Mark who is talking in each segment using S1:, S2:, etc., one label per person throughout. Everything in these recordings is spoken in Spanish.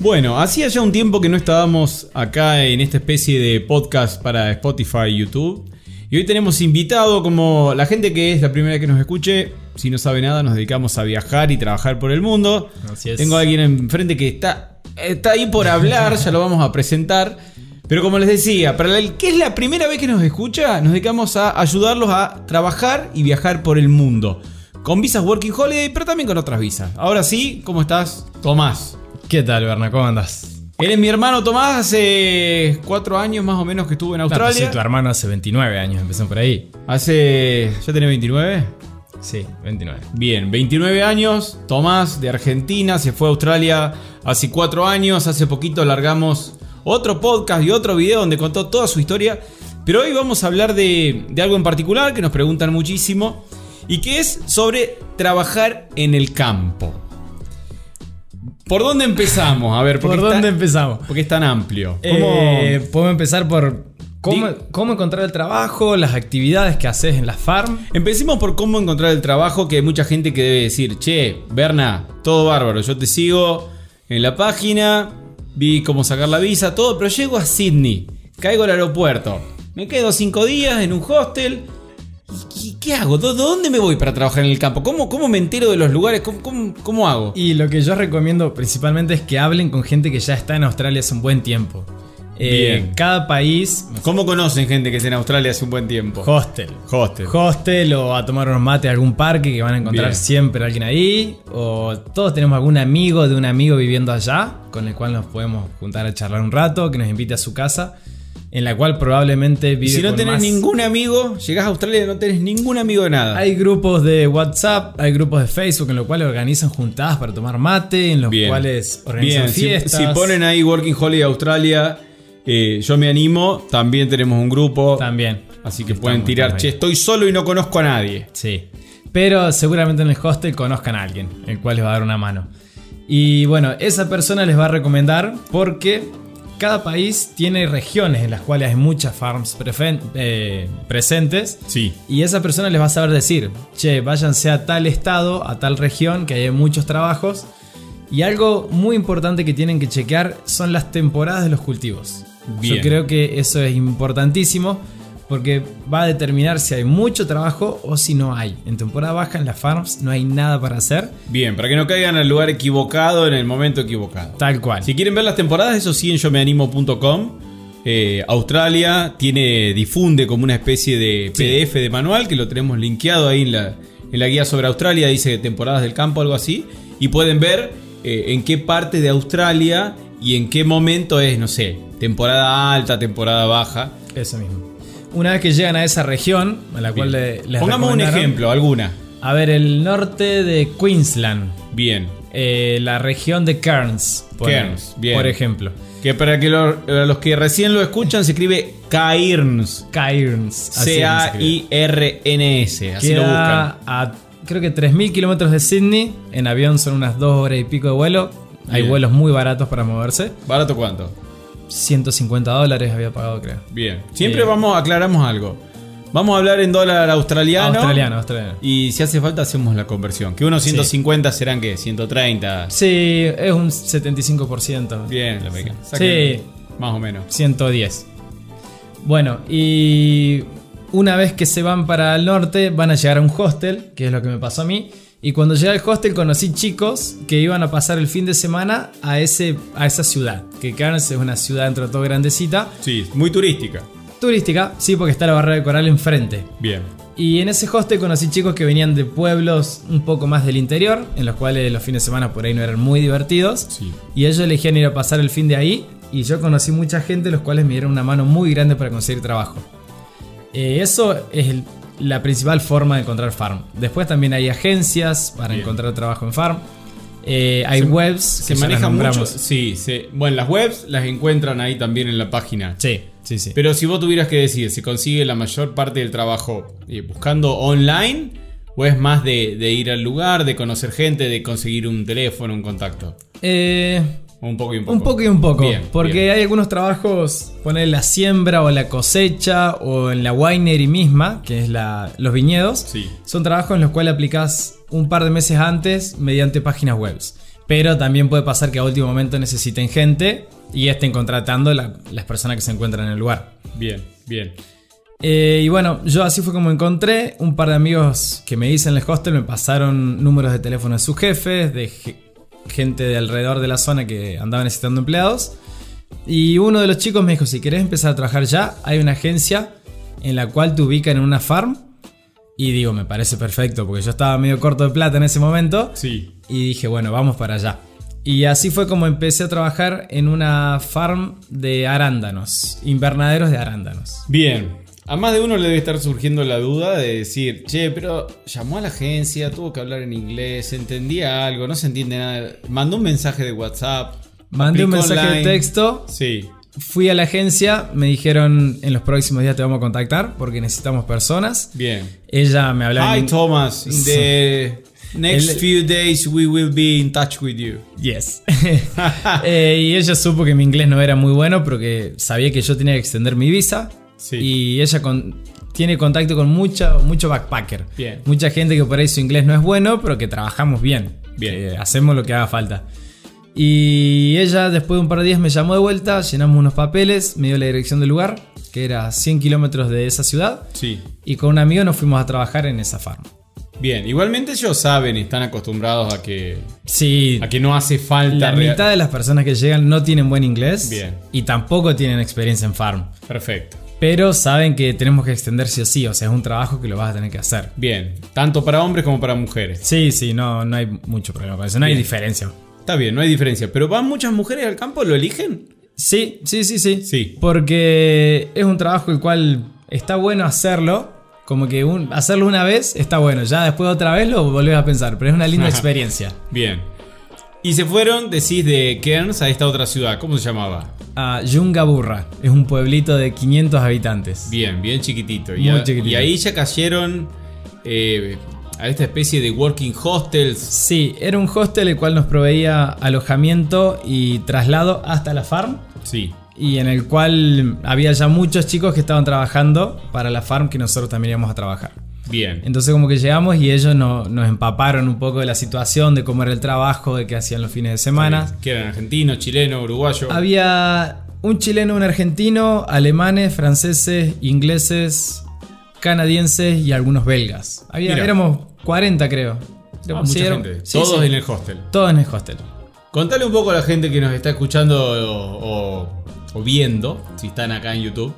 S1: Bueno, hacía ya un tiempo que no estábamos acá en esta especie de podcast para Spotify, YouTube. Y hoy tenemos invitado como la gente que es la primera que nos escuche. Si no sabe nada, nos dedicamos a viajar y trabajar por el mundo.
S2: Así es.
S1: Tengo a alguien enfrente que está, está ahí por hablar, ya lo vamos a presentar. Pero como les decía, para el que es la primera vez que nos escucha, nos dedicamos a ayudarlos a trabajar y viajar por el mundo. Con visas Working Holiday, pero también con otras visas. Ahora sí, ¿cómo estás, Tomás?
S2: ¿Qué tal, Berna? ¿Cómo andás?
S1: Él es mi hermano Tomás, hace cuatro años más o menos que estuvo en
S2: Ah, pues Claro,
S1: Australia.
S2: soy tu hermano hace 29 años, empecé por ahí.
S1: hace. ¿Ya tenés 29?
S2: Sí, 29.
S1: Bien, 29 años. Tomás de Argentina se fue a Australia hace cuatro años. Hace poquito largamos otro podcast y otro video donde contó toda su historia. Pero hoy vamos a hablar de, de algo en particular que nos preguntan muchísimo y que es sobre trabajar en el campo. ¿Por dónde empezamos? A ver,
S2: ¿Por
S1: porque es
S2: dónde
S1: tan-
S2: empezamos?
S1: porque es tan amplio.
S2: Eh, Podemos empezar por cómo,
S1: Di-
S2: cómo encontrar el trabajo, las actividades que haces en la farm.
S1: Empecemos por cómo encontrar el trabajo, que hay mucha gente que debe decir, che, Berna, todo bárbaro, yo te sigo en la página, vi cómo sacar la visa, todo, pero llego a Sydney, caigo al aeropuerto, me quedo cinco días en un hostel. ¿Y, y qué hago? ¿Dó- ¿Dónde me voy para trabajar en el campo? ¿Cómo, cómo me entero de los lugares? ¿Cómo, cómo- cómo hago?
S2: Y lo que yo recomiendo principalmente es que hablen con gente que ya está en Australia hace un buen tiempo. Eh,
S1: Bien.
S2: Cada país,
S1: ¿Cómo conocen gente que está en Australia hace un buen tiempo?
S2: hostel.
S1: Hostel.
S2: Hostel o a tomar unos mates a algún parque que van a encontrar
S1: Este, Bien.
S2: siempre alguien ahí. O todos tenemos algún amigo de un amigo viviendo allá con el cual nos podemos juntar a charlar un rato, que nos invite a su casa, en la cual probablemente vive
S1: Y si no
S2: con
S1: tenés
S2: más-
S1: ningún amigo, llegás a Australia y no tenés ningún amigo de nada.
S2: Hay grupos de WhatsApp, hay grupos de Facebook en los cuales organizan juntadas para tomar mate, en los
S1: Bien.
S2: cuales organizan
S1: Bien, si-
S2: fiestas.
S1: Si, ponen ahí Working Holiday Australia, eh, yo me animo. También tenemos un grupo.
S2: También.
S1: Así que
S2: Estamos,
S1: pueden tirar,
S2: estamos
S1: che,
S2: ahí.
S1: estoy solo y no conozco a nadie.
S2: Sí. Pero seguramente en el hostel conozcan a alguien, el cual les va a dar una mano. Y bueno, esa persona les va a recomendar porque cada país tiene regiones en las cuales hay muchas farms prefen- eh, presentes.
S1: Sí.
S2: Y esa persona les va a saber decir, che, váyanse a tal estado, a tal región, que hay muchos trabajos. Y algo muy importante que tienen que chequear son las temporadas de los cultivos.
S1: Bien.
S2: Yo creo que eso es importantísimo porque va a determinar si hay mucho trabajo o si no hay. En temporada baja en las farms no hay nada para hacer,
S1: Bien, para que no caigan al lugar equivocado en el momento equivocado.
S2: tal cual.
S1: Si quieren ver las temporadas, eso sí en yomeanimo.com. Eh, Australia tiene, difunde como una especie de
S2: Sí.
S1: PDF de manual que lo tenemos linkeado ahí en la, en la guía sobre Australia, dice temporadas del campo, algo así. Y pueden ver eh, en qué parte de Australia y en qué momento es, no sé, temporada alta, temporada baja.
S2: Eso mismo. Una vez que llegan a esa región, a la cual le- les
S1: Pongamos un
S2: recomendaron-
S1: ejemplo, alguna.
S2: A ver, el norte de Queensland.
S1: Bien.
S2: Eh, la región de Cairns, por,
S1: Cairns, bien.
S2: por ejemplo.
S1: Que para que lo- a los que recién lo escuchan se escribe Cairns.
S2: Cairns. así es como se escribe.
S1: C-A-I-R-N-S. Así lo buscan.
S2: Queda a creo que 3.000 kilómetros de Sydney. En avión son unas 2 horas y pico de vuelo. Hay
S1: Bien.
S2: vuelos muy baratos para moverse.
S1: ¿Barato cuánto?
S2: 150 dólares había pagado, creo.
S1: Bien. Siempre
S2: Bien.
S1: vamos, aclaramos algo. Vamos a hablar en dólar australiano.
S2: Australiano, australiano.
S1: Y si hace falta hacemos la conversión. Que unos 150 serán que 130.
S2: Sí, es un 75%.
S1: Bien, la meca. O sea
S2: Sí.
S1: que Más o menos.
S2: 110. Bueno, y una vez que se van para el norte, van a llegar a un hostel, que es lo que me pasó a mí. Y cuando llegué al hostel conocí chicos que iban a pasar el fin de semana a, ese, a esa ciudad. Que Cairns es una ciudad dentro de todo grandecita.
S1: Sí, muy turística.
S2: Turística, sí, porque está la barrera de coral enfrente.
S1: Bien.
S2: Y en ese hostel conocí chicos que venían de pueblos un poco más del interior, en los cuales los fines de semana por ahí no eran muy divertidos.
S1: Sí.
S2: Y ellos elegían ir a pasar el fin de ahí. Y yo conocí mucha gente, los cuales me dieron una mano muy grande para conseguir trabajo. Eh, eso es el- la principal forma de encontrar farm. Después también hay agencias para
S1: Bien.
S2: encontrar trabajo en farm. eh, hay
S1: Se-
S2: webs
S1: Se
S2: que ya las
S1: maneja mucho.
S2: nombramos.
S1: Sí, se- bueno, las webs las encuentran ahí también en la página.
S2: Sí, sí, sí.
S1: Pero si vos tuvieras que decir, ¿se consigue la mayor parte del trabajo eh, buscando online? ¿O es más de, de ir al lugar, de conocer gente, de conseguir un teléfono, un contacto?
S2: Eh,
S1: O Un poco y un poco.
S2: Un poco y un poco.
S1: Bien,
S2: porque
S1: bien.
S2: hay algunos trabajos, poner la siembra o la cosecha o en la winery misma, que es la, los viñedos,
S1: Sí.
S2: son trabajos en los cuales aplicás un par de meses antes mediante páginas web. Pero también puede pasar que a último momento necesiten gente y estén contratando la- las personas que se encuentran en el lugar.
S1: Bien, bien.
S2: Eh, y bueno, yo así fue como encontré un par de amigos que me hice en el hostel, me pasaron números de teléfono de sus jefes, de ge- gente de alrededor de la zona que andaba necesitando empleados. Y uno de los chicos me dijo, si querés empezar a trabajar ya, hay una agencia en la cual te ubican en una farm. Y digo, me parece perfecto, porque yo estaba medio corto de plata en ese momento.
S1: Sí.
S2: Y dije, bueno, vamos para allá. Y así fue como empecé a trabajar en una farm de arándanos, invernaderos de arándanos.
S1: Bien. A más de uno le debe estar surgiendo la duda de decir, che, pero llamó a la agencia, tuvo que hablar en inglés, entendía algo, no se entiende nada. Mandó un mensaje de WhatsApp.
S2: Mandé un
S1: aplicó
S2: mensaje de
S1: online.
S2: texto,
S1: Sí.
S2: fui a la agencia, me dijeron en los próximos días te vamos a contactar porque necesitamos personas.
S1: Bien.
S2: Ella me hablaba
S1: Hi
S2: en-
S1: Thomas, in the next
S2: El-
S1: few days we will be in touch with you.
S2: Yes. Eh, y ella supo que mi inglés no era muy bueno porque sabía que yo tenía que extender mi visa.
S1: Sí.
S2: Y ella con- tiene contacto con mucha, mucho backpacker.
S1: Bien.
S2: Mucha gente que por ahí su inglés no es bueno, pero que trabajamos bien.
S1: Bien.
S2: Que hacemos lo que haga falta. Y ella después de un par de días me llamó de vuelta, llenamos unos papeles, me dio la dirección del lugar, que era 100 kilómetros de esa ciudad.
S1: Sí.
S2: Y con un amigo nos fuimos a trabajar en esa farm.
S1: Bien, igualmente ellos saben, y están acostumbrados a que
S2: Sí,
S1: a que no hace falta
S2: La
S1: rea-
S2: mitad de las personas que llegan no tienen buen inglés
S1: Bien.
S2: y tampoco tienen experiencia en farm.
S1: Perfecto.
S2: Pero saben que tenemos que extender sí o sí, o sea, es un trabajo que lo vas a tener que hacer.
S1: Bien, tanto para hombres como para mujeres.
S2: Sí, sí, no, no hay mucho problema con eso, no hay
S1: Bien.
S2: diferencia.
S1: Está bien, no hay diferencia, pero van muchas mujeres al campo, lo eligen.
S2: Sí, sí, sí, sí.
S1: Sí.
S2: Porque es un trabajo el cual está bueno hacerlo, como que un- hacerlo una vez está bueno, ya después otra vez lo volvés a pensar, pero es una linda
S1: Ajá.
S2: experiencia.
S1: Bien. Y se fueron, decís, de Cairns a esta otra ciudad. ¿Cómo se llamaba?
S2: A Yungaburra, es un pueblito de 500 habitantes.
S1: Bien, bien chiquitito. Y,
S2: Muy
S1: a-
S2: chiquitito.
S1: y ahí ya cayeron eh, a esta especie de working hostels.
S2: Sí, era un hostel el cual nos proveía alojamiento y traslado hasta la farm
S1: Sí.
S2: y en el cual había ya muchos chicos que estaban trabajando para la farm que nosotros también íbamos a trabajar.
S1: Bien.
S2: Entonces como que llegamos y ellos no- nos empaparon un poco de la situación, de cómo era el trabajo, de qué hacían los fines de semana.
S1: Que eran argentinos, chilenos, uruguayos.
S2: Había un chileno, un argentino, alemanes, franceses, ingleses, canadienses y algunos belgas. Había,
S1: Mira.
S2: éramos 40 creo.
S1: Ah,
S2: Sí,
S1: mucha
S2: era-
S1: gente.
S2: sí,
S1: Todos
S2: sí.
S1: en el hostel.
S2: Todos en el hostel.
S1: Contale un poco a la gente que nos está escuchando o, o- o viendo, si están acá en YouTube,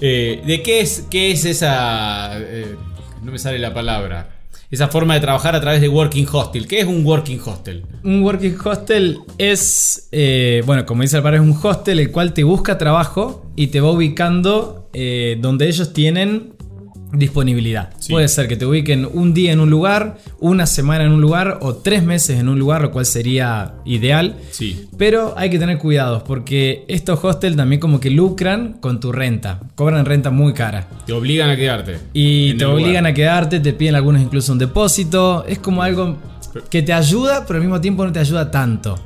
S1: eh, de qué es, qué es esa. eh, no me sale la palabra. Esa forma de trabajar a través de Working Hostel. ¿Qué es un Working Hostel?
S2: Un working hostel es, eh, bueno, como dice el padre, es un hostel el cual te busca trabajo y te va ubicando eh, donde ellos tienen disponibilidad.
S1: Sí.
S2: Puede ser que te ubiquen un día en un lugar, una semana en un lugar o tres meses en un lugar, lo cual sería ideal.
S1: Sí.
S2: Pero hay que tener cuidados porque estos hostels también como que lucran con tu renta, cobran renta muy cara.
S1: Te obligan a quedarte.
S2: Y
S1: en
S2: te
S1: el lugar.
S2: obligan a quedarte, te piden algunos incluso un depósito. Es como algo que te ayuda, pero al mismo tiempo no te ayuda tanto.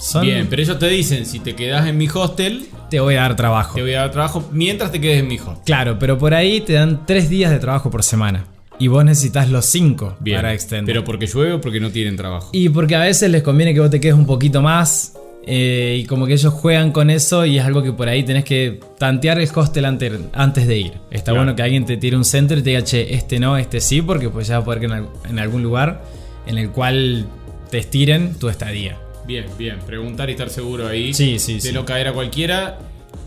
S2: Son,
S1: Bien, pero ellos te dicen: si te quedas en mi hostel,
S2: te voy a dar trabajo.
S1: te voy a dar trabajo mientras te quedes en mi hostel.
S2: Claro, pero por ahí te dan tres días de trabajo por semana. Y vos necesitas los cinco
S1: Bien.
S2: para extender.
S1: Pero porque llueve o porque no tienen trabajo.
S2: Y porque a veces les conviene que vos te quedes un poquito más. eh, y como que ellos juegan con eso y es algo que por ahí tenés que tantear el hostel ante- antes de ir. Está
S1: Claro.
S2: bueno que alguien te tire un centro y te diga, che, este no, este sí, porque pues ya va a poder que en, al- en algún lugar en el cual te estiren tu estadía.
S1: Bien, bien, preguntar y estar seguro ahí.
S2: Sí, sí,
S1: de
S2: sí.
S1: no caer a cualquiera.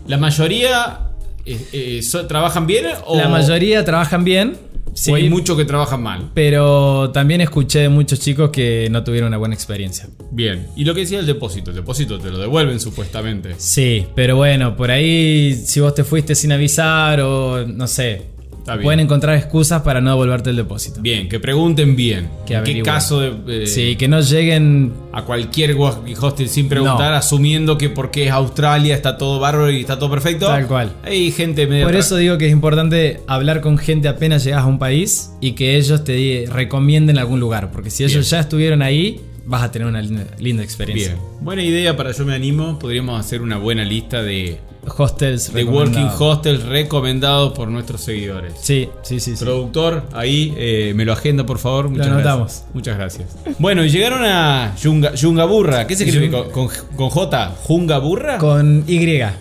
S1: La mayoría eh, eh, so- trabajan bien o
S2: La mayoría trabajan bien, sí,
S1: o hay muchos que trabajan mal.
S2: pero también escuché de muchos chicos que no tuvieron una buena experiencia.
S1: Bien. Y lo que decía el depósito, el depósito te lo devuelven supuestamente.
S2: Sí, pero bueno, por ahí si vos te fuiste sin avisar o no sé,
S1: Está bien.
S2: Pueden encontrar excusas para no devolverte el depósito.
S1: Bien, que pregunten bien.
S2: Que
S1: ¿En ¿Qué
S2: averigüen.
S1: caso de, eh,
S2: Sí, que no lleguen
S1: a cualquier Wacky Hostel sin preguntar,
S2: No.
S1: asumiendo que porque es Australia está todo bárbaro y está todo perfecto?
S2: Tal cual.
S1: Hay gente medio.
S2: Por eso digo que es importante hablar con gente apenas llegas a un país y que ellos te di- recomienden algún lugar, porque si ellos
S1: Bien.
S2: ya estuvieron ahí, vas a tener una linda, linda experiencia.
S1: Bien. Buena idea para Yo Me Animo. Podríamos hacer una buena lista de,
S2: Hostels
S1: de Working
S2: recomendados.
S1: Hostels recomendados por nuestros seguidores.
S2: Sí, sí, sí. sí.
S1: Productor, ahí eh, me lo agenda por favor. Muchas
S2: anotamos.
S1: gracias. Muchas gracias. Bueno, y llegaron a Yunga, Yungaburra. ¿Qué se escribe con, con, con J? ¿Jungaburra? Con,
S2: Con Y.
S1: Y. ah,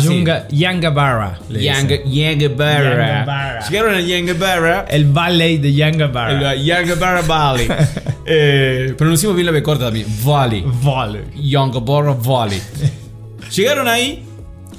S1: sí.
S2: Yunga- Yangabara. le
S1: Yanga-
S2: dicen.
S1: Yangaburra.
S2: Yangaburra.
S1: Llegaron a Yangaburra.
S2: El ballet de Yangabara.
S1: El Yangabara Valley. eh, pronunciamos bien la B corta también. Valley.
S2: Vale.
S1: Yangabara Valley. llegaron ahí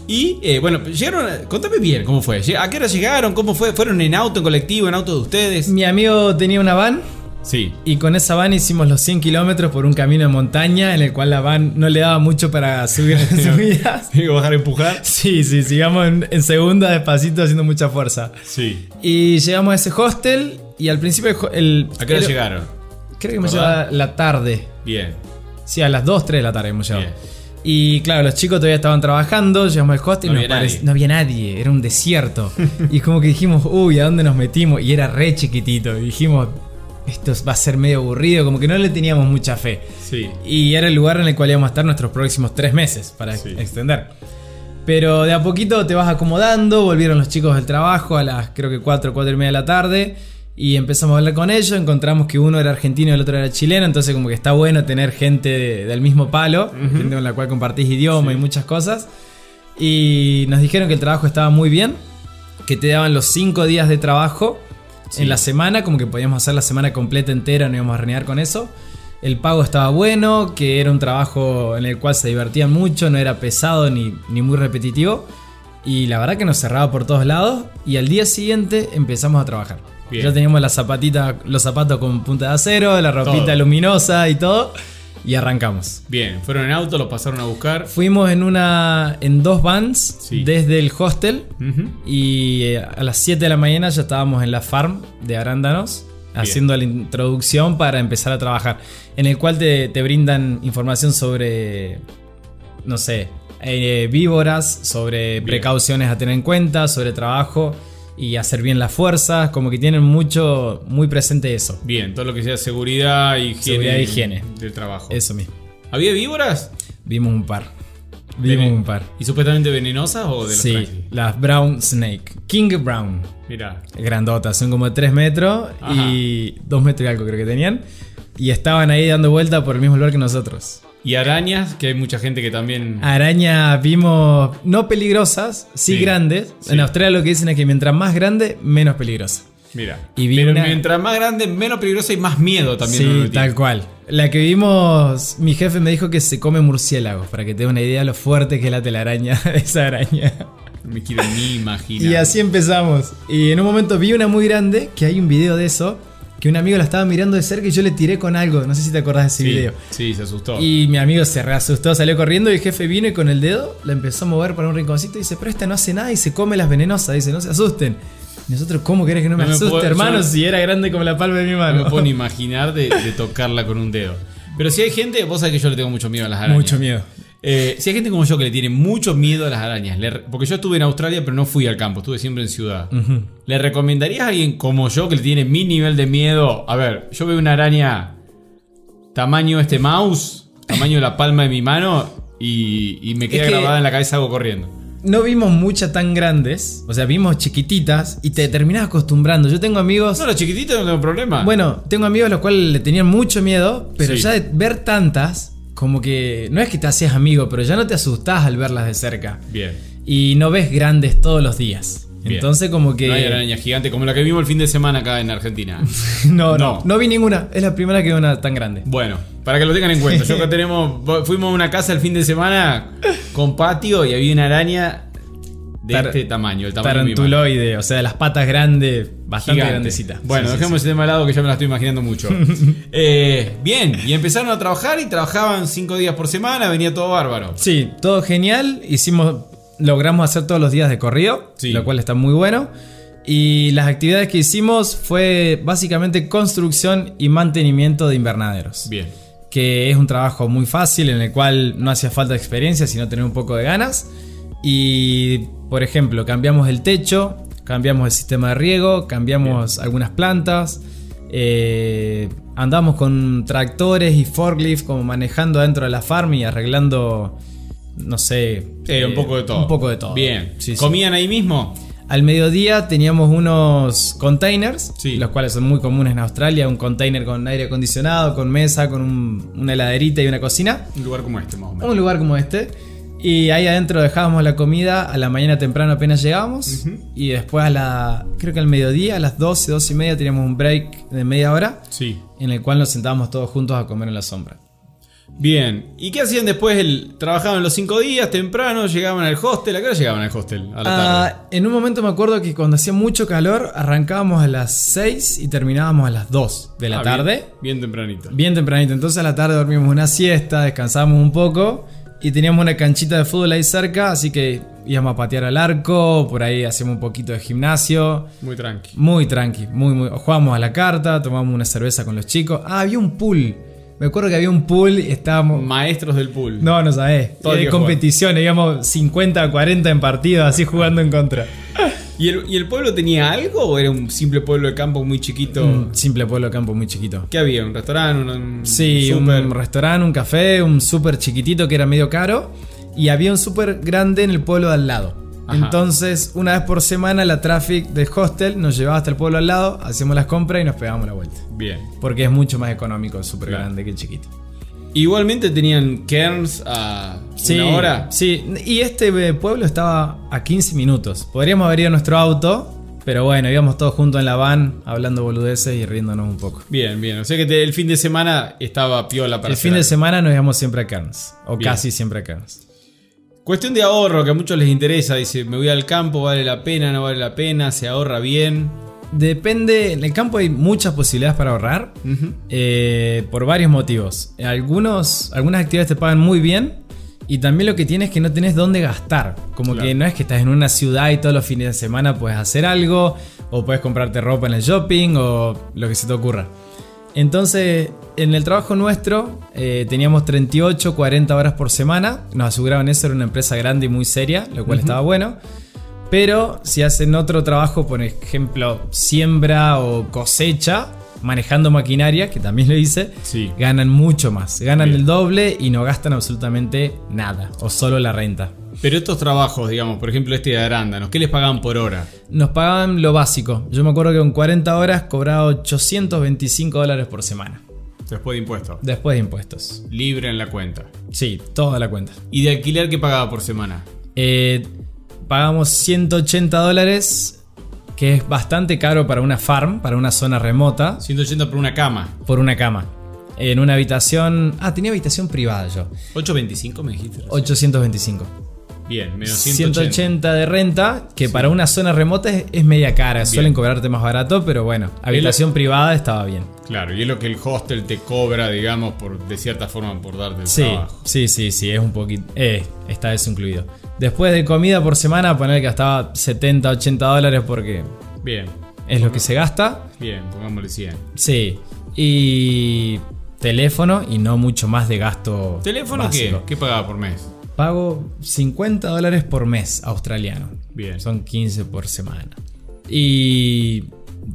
S1: y, eh, bueno, llegaron. a- Contame bien cómo fue. Lleg- ¿A qué hora llegaron? ¿Cómo fue? ¿Fueron en auto, en colectivo, en auto de ustedes?
S2: Mi amigo tenía una van
S1: Sí.
S2: y con esa van hicimos los 100 kilómetros por un camino de montaña en el cual la van no le daba mucho para subir las subidas.
S1: Tengo que bajar a empujar.
S2: Sí, sí, sigamos en, en segunda despacito haciendo mucha fuerza.
S1: Sí.
S2: Y llegamos a ese hostel y al principio el ho- el...
S1: ¿A qué hora
S2: creo-
S1: llegaron?
S2: Creo que me
S1: ¿Verdad?
S2: llevaba la tarde.
S1: Bien.
S2: Sí, a las 2, 3 de la tarde hemos llegado.
S1: Bien.
S2: Y claro, los chicos todavía estaban trabajando, llegamos al hostel
S1: No
S2: y nos
S1: había
S2: parec-
S1: nadie.
S2: no había nadie, era un desierto. y como que dijimos, uy, ¿a dónde nos metimos? Y era re chiquitito. Y dijimos, esto va a ser medio aburrido, como que no le teníamos mucha fe.
S1: Sí.
S2: Y era el lugar en el cual íbamos a estar nuestros próximos tres meses para
S1: Sí.
S2: extender. Pero de a poquito te vas acomodando, volvieron los chicos del trabajo a las creo que 4, 4 y media de la tarde y empezamos a hablar con ellos, encontramos que uno era argentino y el otro era chileno, entonces como que está bueno tener gente de- del mismo palo, gente con la cual compartís idioma y muchas cosas. Y nos dijeron que el trabajo estaba muy bien, que te daban los 5 días de trabajo
S1: Sí.
S2: en la semana, como que podíamos hacer la semana completa entera, no íbamos a renegar con eso. El pago estaba bueno, que era un trabajo en el cual se divertían mucho, no era pesado ni, ni muy repetitivo. Y la verdad que nos cerraba por todos lados. Y al día siguiente empezamos a trabajar.
S1: Bien.
S2: Ya teníamos las zapatitas, los zapatos con punta de acero, la ropita
S1: Todo.
S2: luminosa y todo. Y arrancamos.
S1: Bien. Fueron en auto, los pasaron a buscar.
S2: Fuimos en una. en dos vans
S1: Sí.
S2: desde el hostel. Y eh, a las 7 de la mañana ya estábamos en la farm de arándanos. Haciendo la introducción para empezar a trabajar. En el cual te, te brindan información sobre. No sé. eh, víboras. Sobre
S1: Bien.
S2: precauciones a tener en cuenta. Sobre trabajo. Y hacer bien las fuerzas. Como que tienen mucho. muy presente eso.
S1: Bien. Todo lo que sea seguridad y higiene.
S2: Seguridad e higiene.
S1: Del trabajo.
S2: Eso mismo.
S1: ¿Había víboras?
S2: Vimos un par. Vimos
S1: Vene-
S2: un par.
S1: ¿Y supuestamente venenosas o de los
S2: Sí, las Brown Snake. King Brown.
S1: Mira.
S2: Grandotas, son como 3 metros
S1: Ajá.
S2: y 2 metros y algo creo que tenían. Y estaban ahí dando vuelta por el mismo lugar que nosotros.
S1: Y arañas, que hay mucha gente que también.
S2: Arañas vimos no peligrosas, sí,
S1: Sí,
S2: grandes.
S1: sí.
S2: En Australia lo que dicen es que mientras más grande, menos peligrosa.
S1: Mira.
S2: y vi
S1: Pero
S2: una-
S1: mientras más grande, menos peligrosa y más miedo también. uno
S2: sí,
S1: le tiene.
S2: tal cual. La que vimos, mi jefe me dijo que se come murciélagos, para que te dé una idea de lo fuerte que es la telaraña de esa araña.
S1: No me quiero ni imaginar.
S2: Y así empezamos. Y en un momento vi una muy grande, que hay un video de eso, que un amigo la estaba mirando de cerca y yo le tiré con algo, no sé si te acordás de
S1: sí,
S2: ese video.
S1: Sí, se asustó.
S2: Y mi amigo se reasustó, salió corriendo y el jefe vino y con el dedo la empezó a mover para un rinconcito y dice, pero esta no hace nada y se come las venenosas, dice, no se asusten. Y nosotros, ¿cómo querés que no me
S1: No me
S2: asuste,
S1: puedo-
S2: hermano,
S1: yo-
S2: si era grande como la palma de mi
S1: No
S2: mano?
S1: me puedo ni imaginar de, de tocarla con un dedo. Pero si hay gente, vos sabés que yo le tengo mucho miedo a las arañas.
S2: Mucho miedo.
S1: Eh, si hay gente como yo que le tiene mucho miedo a las arañas, le re- porque yo estuve en Australia pero no fui al campo, estuve siempre en ciudad. ¿Le recomendarías a alguien como yo que le tiene mi nivel de miedo? A ver, yo veo una araña tamaño este mouse, tamaño de la palma de mi mano y, y me queda
S2: que-
S1: grabada en la cabeza algo corriendo.
S2: No vimos muchas tan grandes, o sea, vimos chiquititas y te terminás acostumbrando. Yo tengo amigos...
S1: No, los chiquititos Ah, no tengo problema.
S2: Bueno, tengo amigos los cuales le tenían mucho miedo, pero
S1: Sí.
S2: ya de ver tantas, como que no es que te hacías amigo, pero ya no te asustás al verlas de cerca.
S1: bien.
S2: Y no ves grandes todos los días.
S1: Bien.
S2: Entonces como que...
S1: No hay araña gigante como la que vimos el fin de semana acá en Argentina.
S2: no, no,
S1: No.
S2: no vi ninguna. Es la primera que veo una tan grande.
S1: Bueno, para que lo tengan en cuenta, yo acá tenemos, fuimos a una casa el fin de semana con patio y había una araña de
S2: Tar-
S1: este tamaño, el tamaño de mi mano.
S2: Tarantuloide, o sea, de las patas grandes, bastante
S1: Gigante.
S2: grandecita.
S1: Bueno,
S2: Sí, sí,
S1: dejemos
S2: sí.
S1: el tema de lado que ya me la estoy imaginando mucho. Eh, bien, y empezaron a trabajar y trabajaban cinco días por semana, venía todo bárbaro.
S2: Sí, todo genial. Hicimos, logramos hacer todos los días de corrido,
S1: Sí.
S2: lo cual está muy bueno. Y las actividades que hicimos fue básicamente construcción y mantenimiento de invernaderos.
S1: Bien.
S2: Que es un trabajo muy fácil en el cual no hacía falta experiencia, sino tener un poco de ganas. Y, por ejemplo, cambiamos el techo, cambiamos el sistema de riego, cambiamos algunas plantas. eh, andamos con tractores y forklift como manejando dentro de la farm y arreglando, no sé,
S1: Sí, un
S2: eh,
S1: poco de todo.
S2: Un poco de todo.
S1: Bien.
S2: Sí, sí.
S1: ¿Comían ahí mismo?
S2: Al mediodía teníamos unos containers,
S1: Sí.
S2: los cuales son muy comunes en Australia, un container con aire acondicionado, con mesa, con un- una heladerita y una cocina.
S1: Un lugar como este, más o menos.
S2: Un lugar como este. Y ahí adentro dejábamos la comida a la mañana temprano apenas llegábamos. Y después a la, creo que al mediodía, a las 12, 12 y media, teníamos un break de media hora
S1: Sí.
S2: en el cual nos sentábamos todos juntos a comer en la sombra.
S1: Bien. ¿Y qué hacían después? El- trabajaban los cinco días, temprano, llegaban al hostel. ¿A qué hora llegaban al hostel? A la tarde.
S2: Ah, en un momento me acuerdo que cuando hacía mucho calor arrancábamos a las 6 y terminábamos a las 2 de la
S1: Ah, bien.
S2: tarde.
S1: Bien, tempranito.
S2: Bien tempranito, entonces a la tarde dormimos una siesta, descansamos un poco y teníamos una canchita de fútbol ahí cerca, así que íbamos a patear al arco, por ahí hacíamos un poquito de gimnasio.
S1: Muy tranqui.
S2: Muy tranqui, muy, muy. Jugábamos a la carta, tomábamos una cerveza con los chicos. Ah, había un pool. Me acuerdo que había un pool y estábamos.
S1: Maestros del pool.
S2: No, no sabés.
S1: Todo el
S2: Eh,
S1: día
S2: competiciones, digamos 50 a 40 en partido, así jugando en contra.
S1: ¿Y el, y el pueblo tenía algo o era un simple pueblo de campo muy chiquito?
S2: Un simple pueblo de campo muy chiquito.
S1: ¿Qué había? ¿Un restaurante? ¿Un, un
S2: Sí,
S1: Mm, súper?
S2: un restaurante, un café, un súper chiquitito que era medio caro. Y había un súper grande en el pueblo de al lado.
S1: Ajá.
S2: Entonces, una vez por semana, la traffic del hostel nos llevaba hasta el pueblo al lado, hacíamos las compras y nos pegábamos la vuelta.
S1: Bien.
S2: Porque es mucho más económico el súper
S1: Claro.
S2: grande que el chiquito.
S1: Igualmente tenían cairns a
S2: Sí,
S1: una hora.
S2: sí. Y este eh, pueblo estaba a 15 minutos. Podríamos haber ido en nuestro auto, pero bueno, íbamos todos juntos en la van, hablando boludeces y riéndonos un poco.
S1: Bien, bien. O sea que te- el fin de semana estaba piola para
S2: el
S1: hacer
S2: fin de
S1: algo.
S2: semana nos íbamos siempre a Cairns, o
S1: Bien.
S2: casi siempre a Cairns.
S1: Cuestión de ahorro, que a muchos les interesa. Dice, me voy al campo, vale la pena, no vale la pena, se ahorra bien.
S2: Depende, en el campo hay muchas posibilidades para ahorrar eh, por varios motivos. Algunos, algunas actividades te pagan muy bien y también lo que tienes es que no tenés dónde gastar. Como
S1: Claro.
S2: que no es que estás en una ciudad y todos los fines de semana puedes hacer algo o puedes comprarte ropa en el shopping o lo que se te ocurra. Entonces, en el trabajo nuestro eh, teníamos 38, 40 horas por semana. Nos aseguraban eso, era una empresa grande y muy seria, lo cual estaba bueno. Pero si hacen otro trabajo, por ejemplo, siembra o cosecha, manejando maquinaria, que también lo hice,
S1: Sí.
S2: ganan mucho más. Ganan
S1: Bien.
S2: el doble y no gastan absolutamente nada, o solo la renta.
S1: Pero estos trabajos, digamos, por ejemplo este de arándanos, ¿qué les pagaban por hora?
S2: Nos pagaban lo básico. Yo me acuerdo que con 40 horas cobraba 825 dólares por semana,
S1: Después de impuestos.
S2: después de impuestos.
S1: Libre en la cuenta.
S2: Sí, toda la cuenta.
S1: ¿Y de alquiler qué pagaba por semana?
S2: Eh, pagamos 180 dólares, que es bastante caro para una farm, para una zona remota.
S1: 180 por una cama.
S2: por una cama. En una habitación. Ah, tenía habitación privada yo.
S1: 8.25 me dijiste. recién.
S2: 825.
S1: Bien, menos 180.
S2: 180. de renta, que para una zona remota es, es media cara. Suelen cobrarte más barato, pero bueno, habitación privada estaba bien.
S1: Claro, y es lo que el hostel te cobra, digamos, por de cierta forma por darte el
S2: Sí,
S1: trabajo.
S2: sí, sí, sí, es un poquito. Eh, está eso incluido. Después de comida por semana, poner que gastaba 70, 80 dólares porque
S1: Bien,
S2: es lo que se gasta.
S1: bien, pongámosle 100.
S2: Sí. Y teléfono y no mucho más de gasto.
S1: ¿Teléfono
S2: básico.
S1: qué? ¿Qué pagaba por mes?
S2: Pago 50 dólares por mes australiano.
S1: Bien.
S2: Son 15 por semana. Y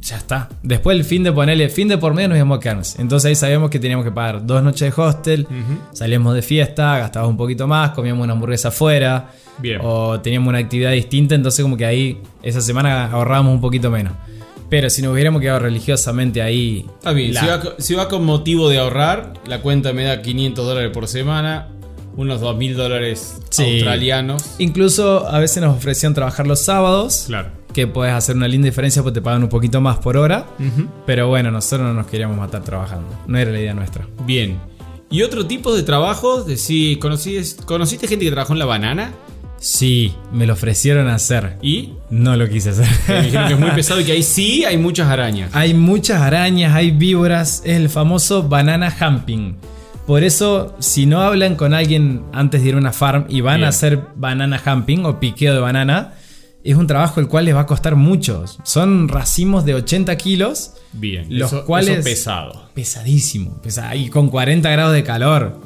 S2: ya está. Después el fin de ponerle, fin de por medio nos íbamos a Cairns. Entonces ahí sabíamos que teníamos que pagar dos noches de hostel, salíamos de fiesta, gastábamos un poquito más, comíamos una hamburguesa afuera.
S1: Bien.
S2: O teníamos una actividad distinta, entonces como que ahí esa semana ahorrábamos un poquito menos. Pero si nos hubiéramos quedado religiosamente ahí...
S1: Está bien,
S2: la-
S1: si, va, co- si va con motivo de ahorrar, la cuenta me da 500 dólares por semana, unos 2.000 dólares
S2: Sí.
S1: australianos.
S2: Incluso a veces nos ofrecían trabajar los sábados.
S1: Claro.
S2: que puedes hacer una linda diferencia porque te pagan un poquito más por hora. Pero bueno, nosotros no nos queríamos matar trabajando. No era la idea nuestra.
S1: Bien. ¿Y otro tipo de trabajos? De si conociste, ¿Conociste gente que trabajó en la banana?
S2: Sí, me lo ofrecieron hacer.
S1: Y
S2: No lo quise
S1: me
S2: hacer.
S1: dijeron que es muy pesado y que ahí sí hay muchas arañas.
S2: hay muchas arañas, hay víboras. Es el famoso banana humping. Por eso, si no hablan con alguien antes de ir a una farm y van
S1: Bien.
S2: a hacer banana humping o piqueo de banana, es un trabajo el cual les va a costar mucho. Son racimos de 80 kilos,
S1: Bien,
S2: los
S1: eso-
S2: cuales...
S1: eso pesado.
S2: Pesadísimo, pesa- y con 40 grados de calor.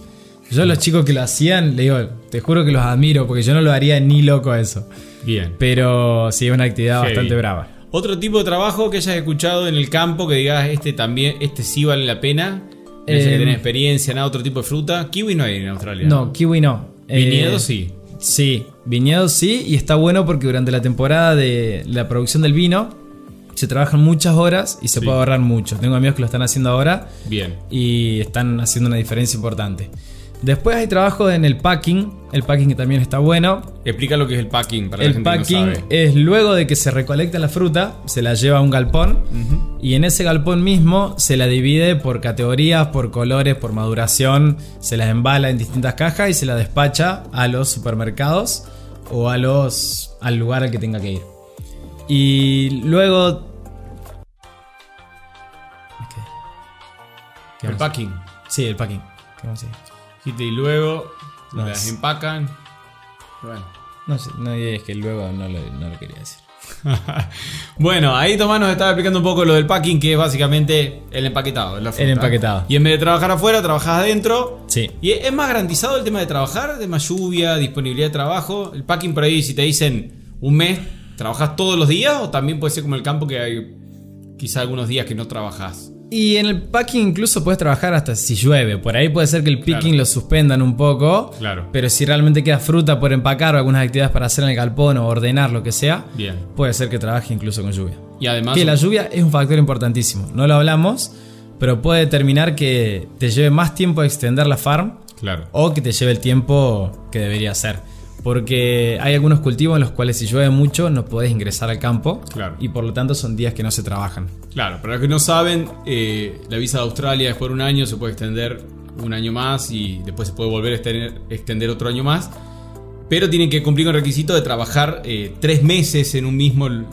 S2: Yo a los chicos que lo hacían, le digo, te juro que los admiro, porque yo no lo haría ni loco eso.
S1: Bien.
S2: Pero sí, es una actividad
S1: Heavy.
S2: bastante brava.
S1: Otro tipo de trabajo que hayas escuchado en el campo que digas este también, este sí vale la pena. Parece que
S2: Em,
S1: tenés experiencia, nada, otro tipo de fruta. Kiwi no hay en Australia.
S2: No, kiwi no.
S1: Viñedo
S2: Eh,
S1: sí.
S2: Sí, viñedos sí, y está bueno porque durante la temporada de la producción del vino se trabajan muchas horas y se
S1: Sí.
S2: puede ahorrar mucho. Tengo amigos que lo están haciendo ahora
S1: Bien.
S2: y están haciendo una diferencia importante. Después hay trabajo en el packing, el packing que también está bueno.
S1: Explica lo que es el packing para la
S2: El
S1: gente
S2: packing
S1: que no sabe.
S2: es luego de que se recolecta la fruta, se la lleva a un galpón y en ese galpón mismo se la divide por categorías, por colores, por maduración, se las embala en distintas cajas y se la despacha a los supermercados o a los al lugar al que tenga que ir. Y luego ¿Qué? ¿Qué
S1: El
S2: vamos a-
S1: packing.
S2: Sí, el packing. ¿Qué vamos a decir?
S1: Dijiste, Y luego
S2: No,
S1: las
S2: es-
S1: empacan. Bueno.
S2: No sé, no, es que luego no lo, no lo quería decir.
S1: Bueno, ahí Tomás nos estaba explicando un poco lo del packing, que es básicamente el empaquetado. de la fruta.
S2: empaquetado.
S1: Y en vez de trabajar afuera, trabajas adentro.
S2: Sí.
S1: Y es más garantizado el tema de trabajar, de más lluvia, disponibilidad de trabajo. El packing por ahí, si te dicen un mes, ¿trabajas todos los días? O también puede ser como el campo que hay quizá algunos días que no trabajas.
S2: Y en el packing incluso puedes trabajar hasta si llueve. Por ahí puede ser que el picking
S1: Claro.
S2: lo suspendan un poco.
S1: Claro.
S2: Pero si realmente queda fruta por empacar o algunas actividades para hacer en el galpón o ordenar lo que sea,
S1: Bien.
S2: puede ser que trabaje incluso con lluvia.
S1: Y además.
S2: Que la lluvia es un factor importantísimo. No lo hablamos, pero puede determinar que te lleve más tiempo a extender la farm
S1: Claro.
S2: o que te lleve el tiempo que debería ser. Porque hay algunos cultivos en los cuales si llueve mucho no podés ingresar al campo
S1: Claro.
S2: y por lo tanto son días que no se trabajan.
S1: Claro, para los que no saben, eh, la visa de Australia es por un año, se puede extender un año más y después se puede volver a extender, extender otro año más. Pero tienen que cumplir con el requisito de trabajar eh, tres meses en un mismo. eh,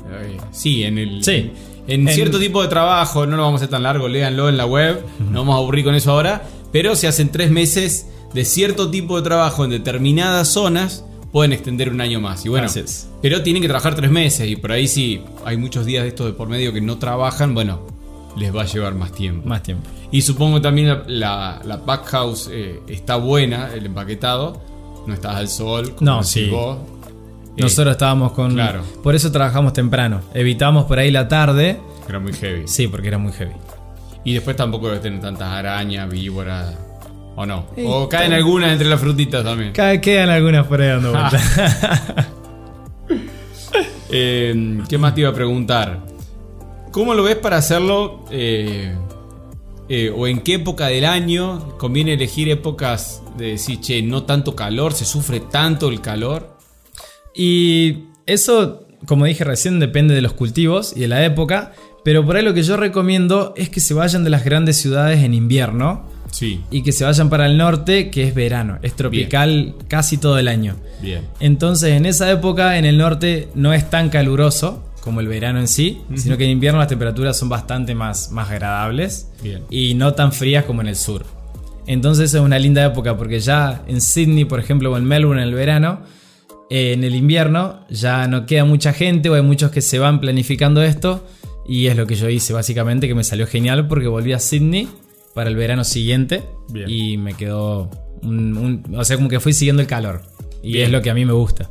S1: sí, en el.
S2: Sí.
S1: En,
S2: En-
S1: cierto tipo de trabajo, no lo vamos a hacer tan largo, léanlo en la web, no vamos a aburrir con eso ahora. Pero si hacen tres meses de cierto tipo de trabajo en determinadas zonas, pueden extender un año más. Y bueno,
S2: Así es.
S1: pero tienen que trabajar tres meses y por ahí si hay muchos días de estos de por medio que no trabajan, bueno, les va a llevar más tiempo.
S2: Más tiempo.
S1: Y supongo también la, la, la pack house eh, está buena, el empaquetado, no estás al sol. como
S2: No,
S1: decís
S2: sí.
S1: vos. Eh,
S2: Nosotros estábamos con.
S1: claro.
S2: Por eso trabajamos temprano. Evitamos por ahí la tarde.
S1: Era muy heavy.
S2: Sí, porque era muy heavy.
S1: Y después tampoco debe tener tantas arañas, víboras, o no.
S2: Y
S1: o caen
S2: tam-
S1: algunas entre las frutitas también.
S2: Ca- Quedan algunas por ahí dando vueltas.
S1: Eh, ¿Qué más te iba a preguntar? ¿Cómo lo ves para hacerlo? eh, eh, ¿O en qué época del año conviene elegir épocas de decir, che, no tanto calor, se sufre tanto el calor?
S2: y eso, como dije recién, depende de los cultivos y de la época. Pero por ahí lo que yo recomiendo es que se vayan de las grandes ciudades en invierno
S1: Sí,
S2: y que se vayan para el norte, que es verano. Es tropical casi todo el año.
S1: bien.
S2: Entonces, en esa época, en el norte no es tan caluroso como el verano en sí, sino que en invierno las temperaturas son bastante más, más agradables
S1: Bien.
S2: y no tan frías como en el sur. Entonces, es una linda época porque ya en Sydney, por ejemplo, o en Melbourne en el verano, eh, en el invierno ya no queda mucha gente o hay muchos que se van planificando esto. Y es lo que yo hice básicamente, que me salió genial porque volví a Sydney para el verano siguiente
S1: Bien.
S2: y me quedó un, un- O sea, como que fui siguiendo el calor. Y
S1: Bien.
S2: es lo que a mí me gusta.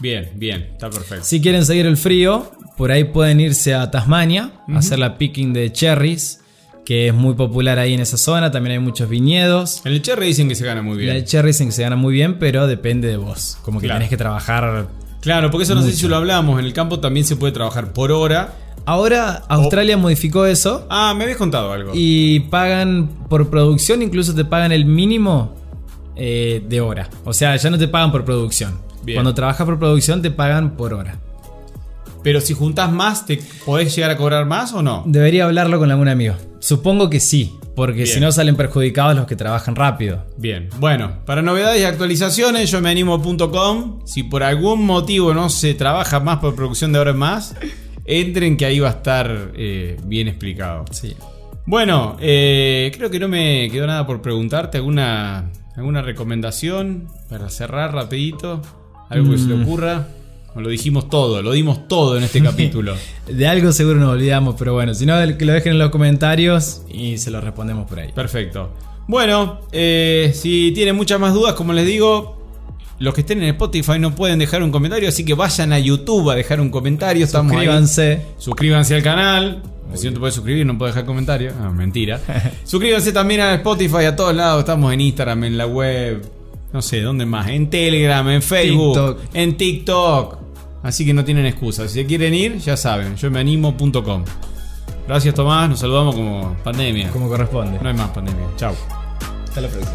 S1: Bien, bien, está perfecto.
S2: Si quieren seguir el frío, por ahí pueden irse a Tasmania a hacer la picking de cherries, que es muy popular ahí en esa zona. También hay muchos viñedos.
S1: En el cherry dicen que se gana muy
S2: La de
S1: bien.
S2: cherries en que se gana muy bien, pero depende de vos. Como que
S1: Claro.
S2: tenés que trabajar.
S1: Claro, porque eso no sé si lo hablamos. En el campo también se puede trabajar por hora.
S2: Ahora Australia modificó eso
S1: Ah, me habías contado algo.
S2: y pagan por producción, incluso te pagan el mínimo eh, de hora. O sea, ya no te pagan por producción.
S1: Bien.
S2: Cuando trabajas por producción te pagan por hora.
S1: Pero si juntás más, ¿te podés llegar a cobrar más o no?
S2: Debería hablarlo con algún amigo. Supongo que sí, porque
S1: Bien.
S2: si no salen perjudicados los que trabajan rápido.
S1: Bien, bueno, para novedades y actualizaciones, yo me animo.com. Si por algún motivo no se trabaja más por producción de horas más, entren que ahí va a estar eh, bien explicado.
S2: Sí.
S1: Bueno, eh, creo que no me quedó nada por preguntarte. ¿Alguna, alguna recomendación para cerrar rapidito? ¿Algo que se le ocurra? Lo dijimos todo, lo dimos todo en este capítulo.
S2: De algo seguro nos olvidamos, pero bueno, si no, del- que lo dejen en los comentarios y se lo respondemos por ahí.
S1: Perfecto. Bueno, eh, si tienen muchas más dudas, como les digo, los que estén en Spotify no pueden dejar un comentario, así que vayan a YouTube a dejar un comentario. Estamos ahí.
S2: Suscríbanse.
S1: Suscríbanse al canal. Si no te puedes suscribir, no puedes dejar comentario. Ah, mentira. Suscríbanse también a Spotify, a todos lados. Estamos en Instagram, en la web. No sé, ¿dónde más? En Telegram, en Facebook,
S2: TikTok.
S1: en TikTok. Así que no tienen excusa. Si se quieren ir, ya saben, yo me animo.com. Gracias Tomás, nos saludamos como pandemia.
S2: Como corresponde.
S1: No hay más pandemia. Chao.
S2: Hasta la próxima.